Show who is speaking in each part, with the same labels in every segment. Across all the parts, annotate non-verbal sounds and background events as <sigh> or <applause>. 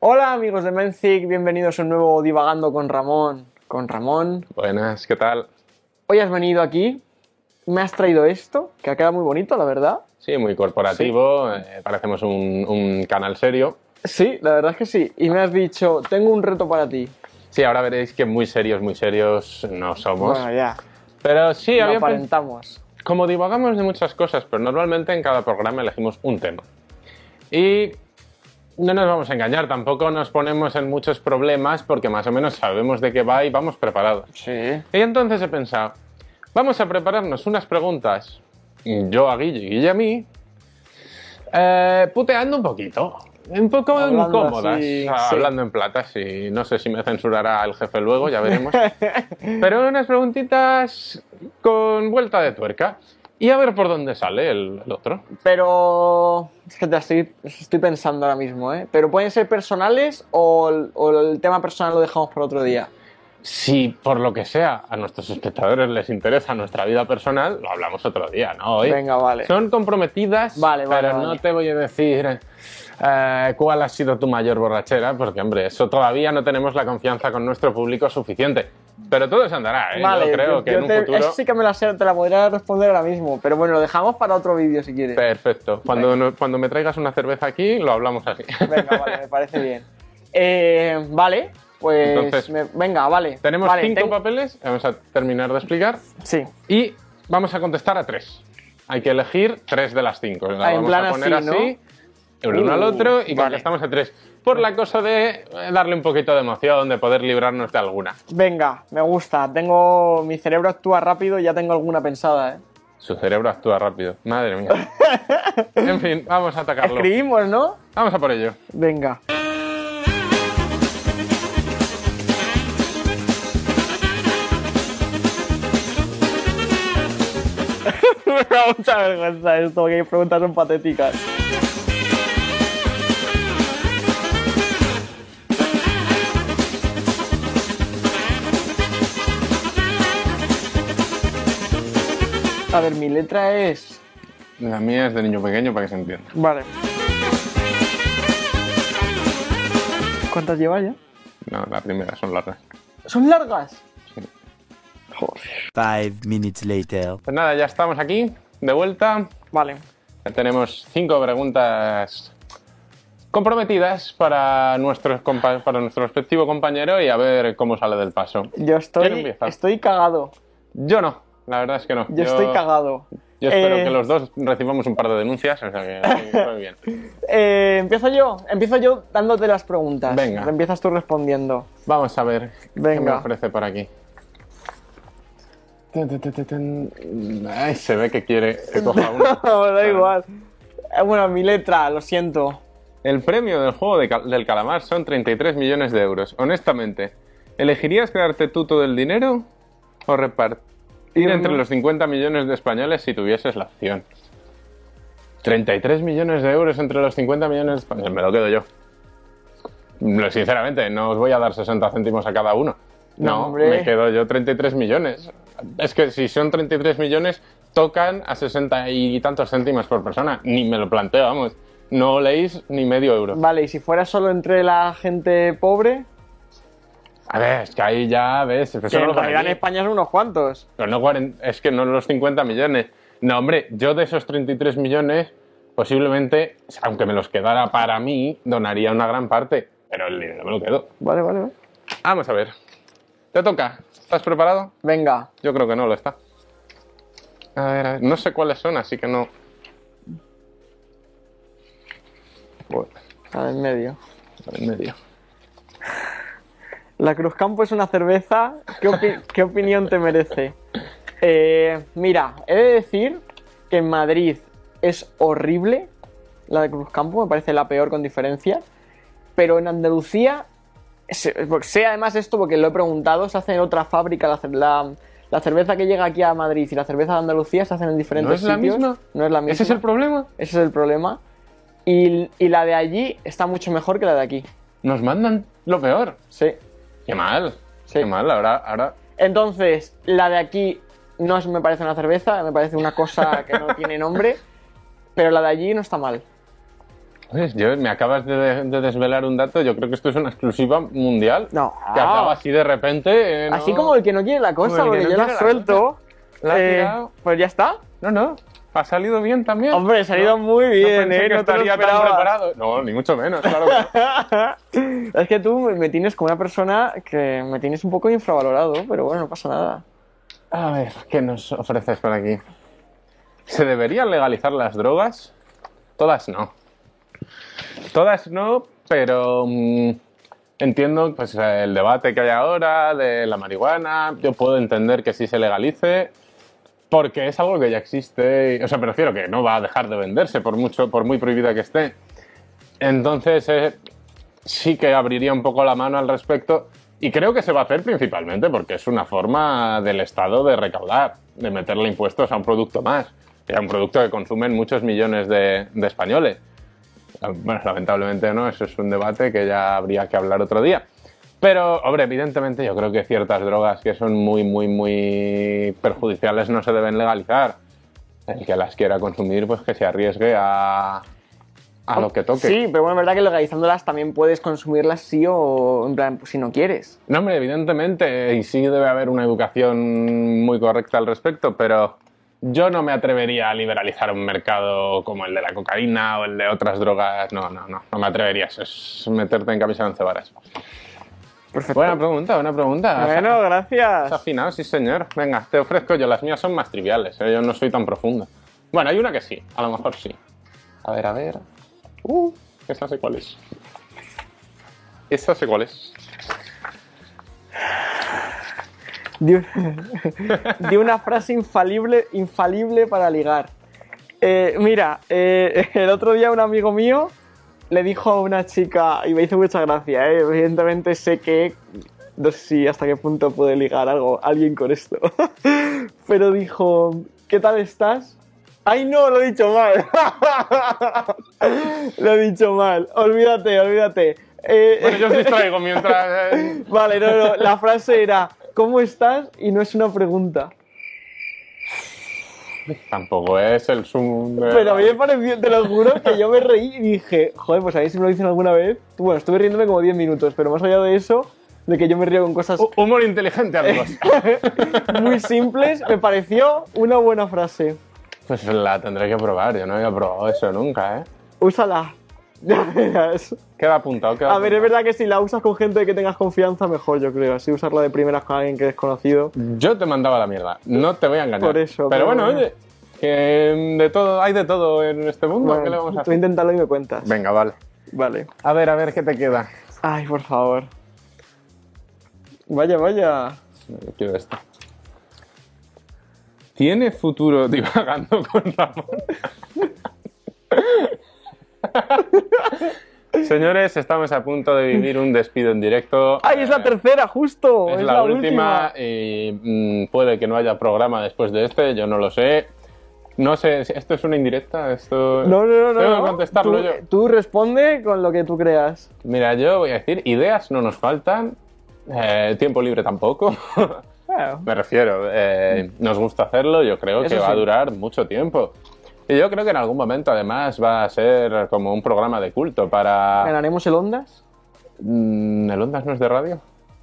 Speaker 1: Hola amigos de Menzik, bienvenidos a un nuevo Divagando con Ramón. Con Ramón.
Speaker 2: Buenas, ¿qué tal?
Speaker 1: Hoy has venido aquí, me has traído esto, que ha quedado muy bonito, la verdad.
Speaker 2: Sí, muy corporativo, eh, parecemos un, un canal serio.
Speaker 1: Sí, la verdad es que sí. Y me has dicho, tengo un reto para ti.
Speaker 2: Sí, ahora veréis que muy serios, muy serios no somos.
Speaker 1: Bueno, ya,
Speaker 2: Pero sí,
Speaker 1: lo
Speaker 2: había pen-
Speaker 1: aparentamos.
Speaker 2: como divagamos de muchas cosas, pero normalmente en cada programa elegimos un tema. Y no nos vamos a engañar, tampoco nos ponemos en muchos problemas porque más o menos sabemos de qué va y vamos preparados.
Speaker 1: Sí.
Speaker 2: Y entonces he pensado, vamos a prepararnos unas preguntas, yo a Guille y Guille a mí, eh, puteando un poquito, un poco
Speaker 1: Hablando
Speaker 2: incómodas,
Speaker 1: así,
Speaker 2: ah,
Speaker 1: sí.
Speaker 2: hablando en plata, y no sé si me censurará el jefe luego,
Speaker 1: <laughs>
Speaker 2: ya veremos. Pero unas preguntitas con vuelta de tuerca y a ver por dónde sale el, el otro.
Speaker 1: Pero es que te estoy, estoy pensando ahora mismo, ¿eh? Pero pueden ser personales o el, o el tema personal lo dejamos para otro día.
Speaker 2: Si por lo que sea a nuestros espectadores les interesa nuestra vida personal, lo hablamos otro día, ¿no? Hoy.
Speaker 1: Venga, vale.
Speaker 2: Son comprometidas,
Speaker 1: Vale, vale,
Speaker 2: pero
Speaker 1: vale.
Speaker 2: no te voy a decir eh, cuál ha sido tu mayor borrachera, porque, hombre, eso todavía no tenemos la confianza con nuestro público suficiente. Pero todo se andará, ¿eh?
Speaker 1: Vale,
Speaker 2: yo creo que en un
Speaker 1: te-
Speaker 2: futuro...
Speaker 1: eso sí que me la sé, te la podría responder ahora mismo. Pero bueno, lo dejamos para otro vídeo si quieres.
Speaker 2: Perfecto. Cuando, no- cuando me traigas una cerveza aquí, lo hablamos así. <laughs>
Speaker 1: Venga, vale, me parece bien. Eh, vale, pues.
Speaker 2: Entonces-
Speaker 1: me- venga, vale.
Speaker 2: Tenemos
Speaker 1: Vale,
Speaker 2: cinco
Speaker 1: ten-
Speaker 2: papeles, vamos a terminar de explicar,
Speaker 1: Sí,
Speaker 2: y vamos a contestar a tres. Hay que elegir tres de las cinco. La
Speaker 1: Ah, en
Speaker 2: vamos
Speaker 1: plan
Speaker 2: a poner
Speaker 1: así,
Speaker 2: así,
Speaker 1: ¿no?
Speaker 2: el uno al
Speaker 1: Uh,
Speaker 2: otro, y
Speaker 1: vale.
Speaker 2: contestamos a tres. Por la cosa de eh, darle un poquito de emoción, de poder librarnos de alguna.
Speaker 1: venga, me gusta. Tengo. Mi cerebro actúa rápido y ya tengo alguna pensada, ¿eh?
Speaker 2: Su cerebro actúa rápido. Madre mía.
Speaker 1: <laughs>
Speaker 2: en fin, vamos a atacarlo.
Speaker 1: Escribimos, ¿no?
Speaker 2: Vamos a por ello.
Speaker 1: Venga. <laughs> Me da mucha vergüenza esto, que mis preguntas son patéticas. A ver, mi letra es...
Speaker 2: La mía es de niño pequeño para que se entienda.
Speaker 1: Vale. ¿Cuántas lleva ya?
Speaker 2: No, la primera son largas.
Speaker 1: ¿Son largas?
Speaker 2: Sí.
Speaker 1: Joder.
Speaker 3: Five minutes later.
Speaker 2: Pues nada, ya estamos aquí, de vuelta.
Speaker 1: Vale.
Speaker 2: Ya tenemos cinco preguntas comprometidas para nuestro, compa- para nuestro respectivo compañero y a ver cómo sale del paso.
Speaker 1: Yo
Speaker 2: ¿Quién
Speaker 1: estoy,
Speaker 2: empieza?
Speaker 1: estoy cagado.
Speaker 2: Yo no, la verdad es que no.
Speaker 1: Yo, estoy cagado.
Speaker 2: Yo espero
Speaker 1: Eh,
Speaker 2: que los dos recibamos un par de denuncias, o sea que
Speaker 1: <laughs>
Speaker 2: muy bien.
Speaker 1: Eh, empiezo yo. Empiezo yo dándote las preguntas.
Speaker 2: Venga.
Speaker 1: Empiezas tú respondiendo.
Speaker 2: Vamos a ver qué me
Speaker 1: Venga.
Speaker 2: ofrece por aquí. Tun, tun, tun, tun, tun. Ay, se ve que quiere que coja uno.
Speaker 1: <laughs> No, da igual. Eh, bueno, mi letra, lo siento.
Speaker 2: El premio del juego de cal- del calamar son 33 millones de euros. Honestamente, ¿elegirías quedarte tú todo el dinero o repartir entre los 50 millones de españoles si tuvieses la opción? 33 millones de euros entre los 50 millones de españoles. Me lo quedo yo. No, Sinceramente, no os voy a dar 60 céntimos a cada uno.
Speaker 1: No,
Speaker 2: No,
Speaker 1: hombre.
Speaker 2: me quedo yo 33 millones. Es que si son 33 millones, tocan a 60 y tantos céntimos por persona. Ni me lo planteo, vamos. No leéis ni medio euro.
Speaker 1: Vale, y si fuera solo entre la gente pobre,
Speaker 2: A ver, es que ahí ya ves.
Speaker 1: que en
Speaker 2: no
Speaker 1: realidad en España son unos cuantos.
Speaker 2: Pero no cuaren- es que no los 50 millones. No, hombre, yo de esos 33 millones, posiblemente, aunque me los quedara para mí, donaría una gran parte. Pero el dinero me lo quedo.
Speaker 1: Vale, vale, vale.
Speaker 2: Vamos a ver. Te toca. ¿Estás preparado?
Speaker 1: Venga.
Speaker 2: Yo creo que no lo está. A ver, a ver. No sé cuáles son, así que no. Joder,
Speaker 1: Está en medio.
Speaker 2: en medio.
Speaker 1: La Cruz Campo es una cerveza. ¿Qué, opi- qué opinión te merece? Eh, mira, he de decir que en Madrid es horrible. La de Cruz Campo me parece la peor con diferencia. Pero en Andalucía, se- porque sé además esto porque lo he preguntado, se hace en otra fábrica la, ce- la- la cerveza que llega aquí a Madrid y la cerveza de Andalucía se hacen en diferentes
Speaker 2: ¿No es la
Speaker 1: sitios.
Speaker 2: misma?
Speaker 1: No es la misma.
Speaker 2: ¿Ese es el problema?
Speaker 1: Ese es el problema. Y, y la de allí está mucho mejor que la de aquí.
Speaker 2: Nos mandan lo peor.
Speaker 1: Sí.
Speaker 2: Qué mal.
Speaker 1: Sí.
Speaker 2: Qué mal. Ahora, ahora
Speaker 1: Entonces, la de aquí no es- me parece una
Speaker 2: <laughs>
Speaker 1: cerveza, me parece una cosa que no tiene nombre, pero la de allí no está mal.
Speaker 2: Pues yo, me acabas de, de desvelar un dato, yo creo que esto es una exclusiva mundial.
Speaker 1: No.
Speaker 2: Que acaba así de repente. eh, no.
Speaker 1: Así como el que no quiere la cosa,
Speaker 2: Como el
Speaker 1: porque
Speaker 2: que no
Speaker 1: yo la
Speaker 2: quiere la
Speaker 1: suelto.
Speaker 2: La ha
Speaker 1: eh,
Speaker 2: tirado.
Speaker 1: pues ya está.
Speaker 2: No, no. Ha salido bien también.
Speaker 1: Hombre, ha salido muy bien,
Speaker 2: pensé
Speaker 1: ¿eh?
Speaker 2: que
Speaker 1: No te lo
Speaker 2: estaría tan
Speaker 1: esperabas.
Speaker 2: preparado. No, ni mucho menos, claro. que no.
Speaker 1: es que tú me tienes como una persona que me tienes un poco infravalorado, pero bueno, no pasa nada.
Speaker 2: A ver, ¿qué nos ofreces por aquí? ¿Se deberían legalizar las drogas? Todas no. Todas no, pero mm, entiendo pues, el debate que hay ahora de la marihuana. Yo puedo entender que sí se legalice, porque es algo que ya existe. y- o sea, me refiero que no va a dejar de venderse por, mucho, por muy prohibida que esté. Entonces, eh, sí que abriría un poco la mano al respecto. Y creo que se va a hacer principalmente porque es una forma del Estado de recaudar, de meterle impuestos a un producto más, y a un producto que consumen muchos millones de, de españoles. Eh, Bueno, lamentablemente no, eso es un debate que ya habría que hablar otro día. Pero, hombre, evidentemente yo creo que ciertas drogas que son muy, muy, muy perjudiciales no se deben legalizar. El que las quiera consumir, pues que se arriesgue a, a lo que toque.
Speaker 1: Sí, pero bueno, es verdad que legalizándolas también puedes consumirlas sí o en plan, pues, si no quieres.
Speaker 2: No, hombre, evidentemente, eh, y sí debe haber una educación muy correcta al respecto, pero yo no me atrevería a liberalizar un mercado como el de la cocaína o el de otras drogas. No, no, no, no me atrevería. Eso es meterte en camisa de once varas.
Speaker 1: Perfecto.
Speaker 2: Buena pregunta, buena pregunta. <laughs>
Speaker 1: Bueno,
Speaker 2: Has
Speaker 1: gracias.
Speaker 2: afinado, sí, señor. Venga, te ofrezco yo. Las mías son más triviales, ¿eh? yo no soy tan profundo. Bueno, hay una que sí, a lo mejor sí. A ver, a ver. Uh, esa sé cuál es. Esa sé cuál es.
Speaker 1: Di, un- <laughs> di una frase infalible, infalible para ligar. Eh, mira, eh, <laughs> el otro día un amigo mío le dijo a una chica, y me hizo mucha gracia, eh, evidentemente sé que no sé si hasta qué punto puede ligar algo, alguien con esto, <laughs> pero dijo, ¿qué tal estás? Ay no, lo he dicho mal. <laughs> lo he dicho mal. Olvídate, olvídate. Eh,
Speaker 2: Bueno, yo os distraigo mientras... eh,
Speaker 1: Vale, no, no, la frase era ¿Cómo estás? y no es una pregunta.
Speaker 2: Tampoco es el zoom de-
Speaker 1: Pero a mí me pareció, te lo juro, que yo me reí y dije, joder, pues a ver si me lo dicen alguna vez. Bueno, estuve riéndome como 10 minutos, pero más allá de eso, de que yo me río con cosas
Speaker 2: Hu- Humor inteligente, <laughs> amigos.
Speaker 1: muy simples, me pareció una buena frase.
Speaker 2: pues la tendré que probar, yo no había probado eso nunca, ¿eh?
Speaker 1: Úsala. <laughs> Ya verás.
Speaker 2: Queda apuntado, queda
Speaker 1: A ver, es
Speaker 2: apuntado.
Speaker 1: verdad que si la usas con gente que tengas confianza, mejor yo creo. Así usarla de primeras con alguien que es conocido.
Speaker 2: Yo te mandaba la mierda, no te voy a engañar.
Speaker 1: Por eso,
Speaker 2: Pero
Speaker 1: pero
Speaker 2: bueno,
Speaker 1: bueno.
Speaker 2: oye, que de todo, hay de todo en este mundo, ¿qué le vamos a
Speaker 1: tú
Speaker 2: hacer?
Speaker 1: inténtalo y me cuentas.
Speaker 2: Venga, vale.
Speaker 1: Vale.
Speaker 2: A ver, a ver, ¿qué te queda?
Speaker 1: Ay, por favor. Vaya, vaya.
Speaker 2: Quiero esta. ¿Tiene futuro divagando con <laughs> Ramón? Señores, estamos a punto de vivir un despido en directo.
Speaker 1: ¡Ay, es la
Speaker 2: Eh,
Speaker 1: tercera, justo!
Speaker 2: Es, la, última, y mm, puede que no haya programa después de este, yo no lo sé. No sé, si esto es una indirecta, esto...
Speaker 1: No, no, no, no.
Speaker 2: Tengo que
Speaker 1: no.
Speaker 2: contestarlo
Speaker 1: tú,
Speaker 2: yo.
Speaker 1: Tú responde con lo que tú creas.
Speaker 2: Mira, yo voy a decir, ideas no nos faltan, eh, tiempo libre tampoco. <laughs>
Speaker 1: Bueno,
Speaker 2: Me refiero, eh, nos gusta hacerlo, yo creo
Speaker 1: Eso
Speaker 2: que va a
Speaker 1: sí.
Speaker 2: durar mucho tiempo. Y yo creo que en algún momento además va a ser como un programa de culto para...
Speaker 1: ganaremos el Ondas.
Speaker 2: Mm, ¿El Ondas no es de radio?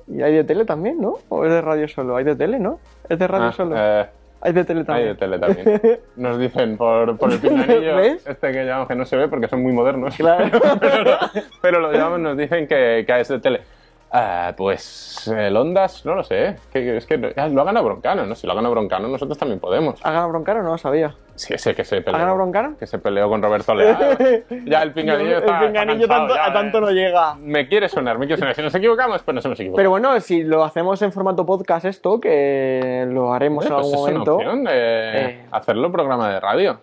Speaker 1: Y hay de tele también, ¿no? ¿O es de radio solo? Hay de tele, ¿no? Es de radio
Speaker 2: Ah,
Speaker 1: solo.
Speaker 2: eh,
Speaker 1: hay de tele
Speaker 2: Hay
Speaker 1: también.
Speaker 2: de tele también.
Speaker 1: <laughs>
Speaker 2: Nos dicen por, por el pinganillo,
Speaker 1: ¿Ves?
Speaker 2: este que llamamos que no se ve porque son muy modernos,
Speaker 1: Claro.
Speaker 2: <laughs> pero, lo- pero lo llamamos, nos dicen que, que es de tele. Ah, pues el Ondas, no lo sé, que, que es que no- ah, lo ha ganado Broncano, ¿no? Si lo ha ganado Broncano, nosotros también podemos.
Speaker 1: ¿Ha ganado Broncano? No lo sabía.
Speaker 2: Sí, ese que
Speaker 1: Ah.
Speaker 2: se
Speaker 1: ¿Ha ganado
Speaker 2: peleó,
Speaker 1: Broncano?
Speaker 2: que se peleó con Roberto Leal.
Speaker 1: <laughs>
Speaker 2: Ya el pinganillo
Speaker 1: El
Speaker 2: está, está
Speaker 1: pinganillo
Speaker 2: cansado
Speaker 1: tanto-
Speaker 2: ya,
Speaker 1: a tanto
Speaker 2: eh.
Speaker 1: no llega.
Speaker 2: Me quiere sonar, me quiere sonar. Si nos equivocamos, pues nos hemos equivocado.
Speaker 1: Pero bueno, si lo hacemos en formato podcast esto, que lo haremos
Speaker 2: Eh,
Speaker 1: en
Speaker 2: pues
Speaker 1: algún
Speaker 2: es
Speaker 1: momento.
Speaker 2: una opción eh,
Speaker 1: Eh.
Speaker 2: hacerlo programa de radio.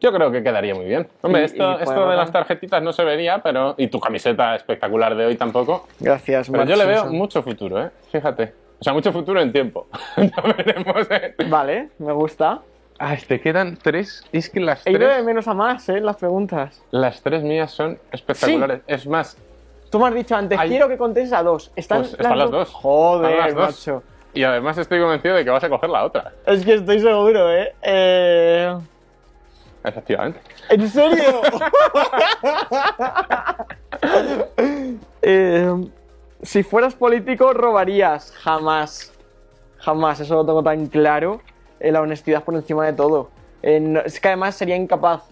Speaker 2: Yo creo que quedaría muy bien. Hombre,
Speaker 1: Y-
Speaker 2: esto,
Speaker 1: y
Speaker 2: esto
Speaker 1: podemos-
Speaker 2: de las tarjetitas no se vería, pero. Y tu camiseta espectacular de hoy tampoco.
Speaker 1: Gracias,
Speaker 2: Pero
Speaker 1: Mark
Speaker 2: yo le veo
Speaker 1: Simpson.
Speaker 2: mucho futuro, ¿eh? Fíjate. O sea, mucho futuro en tiempo. <laughs> ya veremos, ¿eh?
Speaker 1: Vale, me gusta.
Speaker 2: Ay, te quedan tres. Es que las
Speaker 1: He ido de
Speaker 2: tres,
Speaker 1: menos a más, ¿eh? Las preguntas.
Speaker 2: las tres mías son espectaculares. Es más,
Speaker 1: Tú me has dicho antes,
Speaker 2: Ay.
Speaker 1: quiero que contestes a dos. ¿Están,
Speaker 2: Pues están las dos.
Speaker 1: Joder,
Speaker 2: Están las dos.
Speaker 1: macho.
Speaker 2: y además estoy convencido de que vas a coger la otra.
Speaker 1: Es que estoy seguro, ¿eh? Eh,
Speaker 2: Efectivamente.
Speaker 1: ¿En
Speaker 2: <laughs>
Speaker 1: serio? <laughs> Eh, si fueras político, robarías. Jamás. Jamás, eso lo tengo tan claro. Eh, la honestidad por encima de todo. Eh, no- es que además sería incapaz.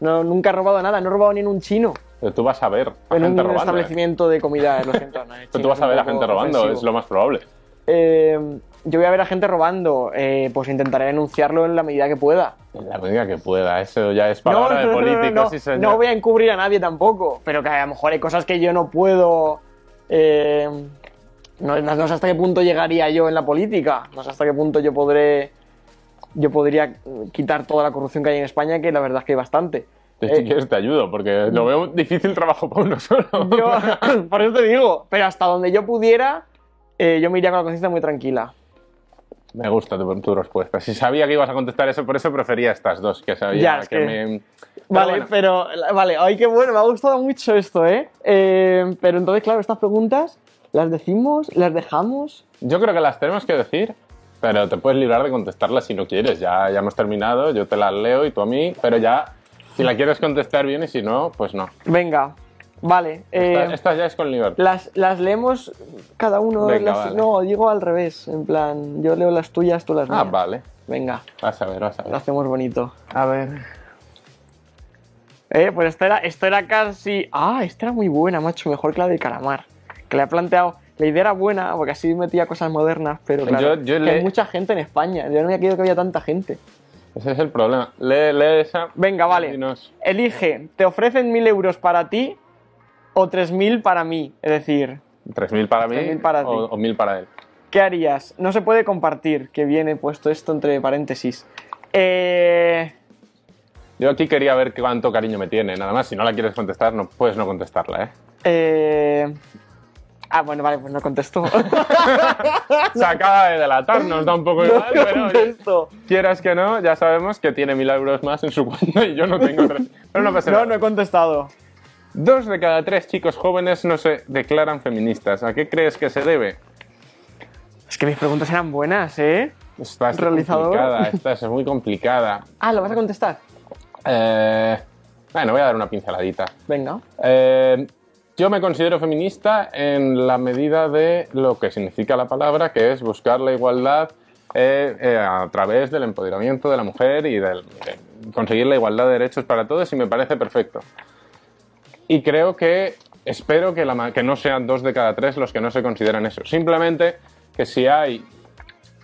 Speaker 1: No, nunca he robado nada, no he robado ni en un chino.
Speaker 2: Pero tú vas a ver a
Speaker 1: en un
Speaker 2: gente robando. ¿eh?
Speaker 1: establecimiento de comida, lo siento.
Speaker 2: <laughs>
Speaker 1: no, en
Speaker 2: Pero
Speaker 1: China
Speaker 2: tú vas
Speaker 1: es un
Speaker 2: a ver a
Speaker 1: poco
Speaker 2: gente robando,
Speaker 1: ofensivo.
Speaker 2: es lo más probable.
Speaker 1: Eh, yo voy a ver a gente robando, eh, pues intentaré denunciarlo en la medida que pueda.
Speaker 2: En la medida que pueda, eso ya es palabra de políticos
Speaker 1: no,
Speaker 2: y señor.
Speaker 1: no voy a encubrir a nadie tampoco, pero que a lo mejor hay cosas que yo no puedo... eh, no, no- no sé hasta qué punto llegaría yo en la política, no sé hasta qué punto yo podré... Yo podría quitar toda la corrupción que hay en España, que la verdad es que hay bastante.
Speaker 2: Yo, si
Speaker 1: Eh,
Speaker 2: quieres, te este ayudo, porque lo veo un difícil trabajo para uno solo.
Speaker 1: Yo- <laughs> por eso te digo, pero hasta donde yo pudiera, eh, yo me iría con la conciencia muy tranquila.
Speaker 2: <laughs> Me gusta tu, tu respuesta. Si sabía que ibas a contestar eso, por eso prefería estas dos, que sabía
Speaker 1: Ya, es
Speaker 2: que,
Speaker 1: que-
Speaker 2: me... Pero
Speaker 1: Vale,
Speaker 2: bueno,
Speaker 1: pero, vale, ay, qué bueno, me ha gustado mucho esto, ¿eh? Eh, Pero entonces, claro, estas preguntas, ¿las decimos? ¿Las dejamos?
Speaker 2: Yo creo que las tenemos que decir, pero te puedes librar de contestarlas si no quieres. Ya, ya hemos terminado, yo te las leo y tú a mí, pero ya, si la quieres contestar bien y si no, pues no.
Speaker 1: Venga, vale.
Speaker 2: Esta-
Speaker 1: eh,
Speaker 2: Esta ya es con libertad.
Speaker 1: las, las leemos cada uno.
Speaker 2: Venga,
Speaker 1: las-
Speaker 2: vale.
Speaker 1: No, digo al revés, en plan, yo leo las tuyas, tú las mías.
Speaker 2: Ah, vale.
Speaker 1: Venga,
Speaker 2: Vas a ver, vas a
Speaker 1: lo
Speaker 2: ver.
Speaker 1: hacemos bonito.
Speaker 2: A ver.
Speaker 1: Eh, pues esta era, esta era casi. Ah, esta era muy buena, macho. Mejor que la del calamar. Que le ha planteado. La idea era buena, porque así metía cosas modernas, pero claro,
Speaker 2: Yo- yo
Speaker 1: que
Speaker 2: le-
Speaker 1: hay mucha gente en España. Yo no me había querido que había tanta gente.
Speaker 2: Ese es el problema. Lee, lee esa.
Speaker 1: Venga, vale.
Speaker 2: Dinos.
Speaker 1: Elige, ¿te ofrecen 1.000 euros para ti o 3.000 para mí? Es decir,
Speaker 2: 3.000 para mí
Speaker 1: 3.000 para ti.
Speaker 2: o, o 1.000 para él.
Speaker 1: ¿qué harías? No se puede compartir, que viene puesto esto entre paréntesis. Eh,
Speaker 2: Yo aquí quería ver cuánto cariño me tiene. Nada más, si no la quieres contestar, no puedes no
Speaker 1: <laughs>
Speaker 2: contestarla, ¿eh?
Speaker 1: eh, ah, bueno, vale, pues no contesto.
Speaker 2: <laughs> Se acaba de delatar, nos da un poco
Speaker 1: no
Speaker 2: igual, pero oye,
Speaker 1: contesto.
Speaker 2: quieras que no, ya sabemos que tiene 1.000 euros más en su cuenta y yo no tengo tres. Pero no pasa
Speaker 1: <laughs> No,
Speaker 2: nada.
Speaker 1: no he contestado.
Speaker 2: Dos de cada tres chicos jóvenes no se declaran feministas. ¿A qué crees que se debe?
Speaker 1: Es que mis preguntas eran buenas, ¿eh?
Speaker 2: Esta es
Speaker 1: Realizador.
Speaker 2: complicada, esta es muy complicada.
Speaker 1: Ah, ¿lo vas a contestar?
Speaker 2: Eh, bueno, voy a dar una pinceladita.
Speaker 1: Venga.
Speaker 2: Eh, yo me considero feminista en la medida de lo que significa la palabra, que es buscar la igualdad eh, eh, a través del empoderamiento de la mujer y del- de conseguir la igualdad de derechos para todos y me parece perfecto. Y creo que, espero que, la ma- que no sean dos de cada tres los que no se consideran eso. Simplemente que si hay...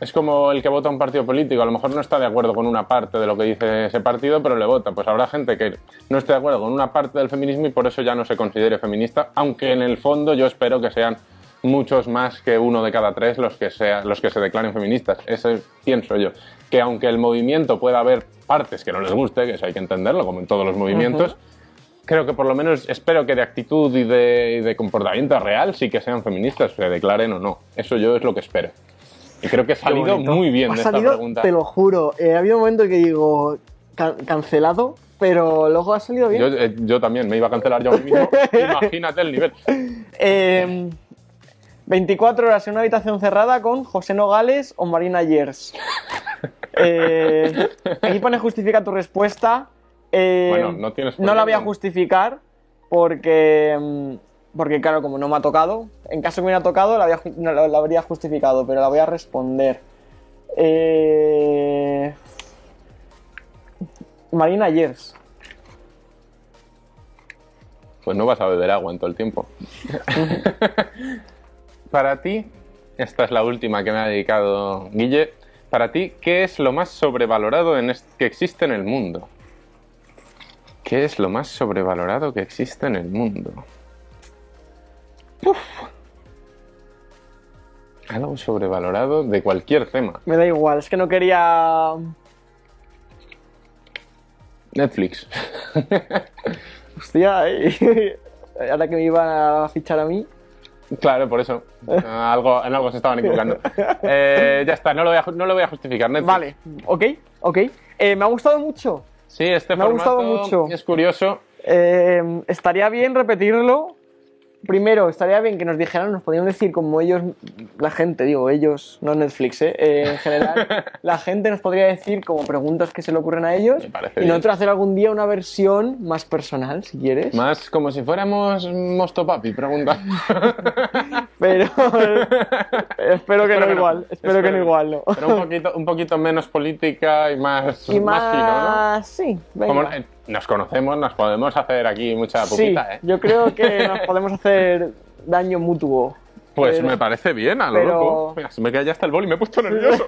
Speaker 2: Es como el que vota a un partido político, a lo mejor no está de acuerdo con una parte de lo que dice ese partido, pero le vota. Pues habrá gente que no esté de acuerdo con una parte del feminismo y por eso ya no se considere feminista, aunque en el fondo yo espero que sean muchos más que uno de cada tres los que, sea, los que se declaren feministas. Eso pienso yo. Que aunque el movimiento pueda haber partes que no les guste, que eso hay que entenderlo, como en todos los movimientos, creo que por lo menos espero que de actitud y de, y de comportamiento real sí que sean feministas, se declaren o no. Eso yo es lo que espero. Y creo que he salido muy bien
Speaker 1: Ha
Speaker 2: de
Speaker 1: salido,
Speaker 2: esta pregunta.
Speaker 1: Te lo juro. eh, ha habido un momento que digo can- cancelado, pero luego ha salido bien.
Speaker 2: Yo, eh, yo también me iba a cancelar yo a
Speaker 1: <laughs>
Speaker 2: mí mismo. Imagínate el nivel.
Speaker 1: Eh, 24 horas en una habitación cerrada con José Nogales o Marina Yers. Eh, aquí pone justifica tu respuesta. Eh,
Speaker 2: Bueno, no tienes por
Speaker 1: No la
Speaker 2: qué,
Speaker 1: voy a
Speaker 2: no.
Speaker 1: justificar porque, mm, porque claro, como no me ha tocado, en caso que me hubiera tocado, la, había ju- no, la- la habría justificado, pero la voy a responder. Eh, Marina Yers.
Speaker 2: Pues no vas a beber agua en todo el tiempo. <laughs> Para ti, esta es la última que me ha dedicado Guille. Para ti, ¿qué es lo más sobrevalorado en est- que existe en el mundo? ¿Qué es lo más sobrevalorado que existe en el mundo? Uf. Algo sobrevalorado de cualquier tema.
Speaker 1: Me da igual, es que no quería...
Speaker 2: Netflix. <laughs>
Speaker 1: Hostia, eh, <laughs> ahora que me iban a fichar a mí.
Speaker 2: Claro, por <laughs> eso. Algo, en algo se estaban <laughs> equivocando. Eh, ya está, no lo voy a, ju- no lo voy a justificar. Netflix.
Speaker 1: Vale, ok, ok. Eh, me ha gustado mucho.
Speaker 2: Sí, este
Speaker 1: Me ha
Speaker 2: formato
Speaker 1: gustado mucho.
Speaker 2: es curioso.
Speaker 1: Eh, estaría bien Em, repetirlo, primero, estaría bien que nos dijeran, nos podían decir como ellos, la gente, digo, ellos, no Netflix, ¿eh? Eh, en
Speaker 2: <laughs>
Speaker 1: general, la gente nos podría decir como preguntas que se le ocurren a ellos.
Speaker 2: Me parece
Speaker 1: Y
Speaker 2: bien.
Speaker 1: nosotros hacer algún día una versión más personal, si quieres.
Speaker 2: Más como si fuéramos Mosto Papi, pregunta. <laughs>
Speaker 1: Pero <laughs> espero que
Speaker 2: Espero
Speaker 1: no
Speaker 2: que no.
Speaker 1: igual, espero que no
Speaker 2: Espero que-
Speaker 1: igual, no.
Speaker 2: Pero un poquito, un poquito menos política y más,
Speaker 1: Y
Speaker 2: más fino,
Speaker 1: más, sí,
Speaker 2: ¿no?
Speaker 1: venga.
Speaker 2: Como, eh, nos conocemos, nos podemos hacer aquí mucha
Speaker 1: Sí,
Speaker 2: pupita, ¿eh?
Speaker 1: yo creo
Speaker 2: <laughs>
Speaker 1: que nos podemos hacer daño mutuo.
Speaker 2: Pues
Speaker 1: pero-
Speaker 2: me parece bien, a lo
Speaker 1: pero-
Speaker 2: loco. Mira, se me cae ya hasta el bol y me he
Speaker 1: <laughs>
Speaker 2: puesto nervioso.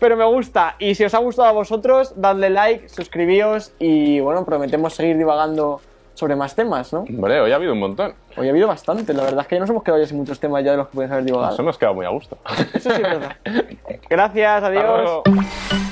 Speaker 1: Pero me gusta. Y si os ha gustado a vosotros, dadle like, suscribíos y bueno, prometemos seguir divagando sobre más temas, ¿no?
Speaker 2: Hombre, hoy ha habido un montón.
Speaker 1: Hoy ha habido bastante, la verdad es que ya nos hemos quedado ya sin muchos temas ya de los que podéis haber divagado.
Speaker 2: Nos hemos quedado muy a gusto.
Speaker 1: Eso sí es verdad. Gracias, adiós.
Speaker 2: Hasta luego.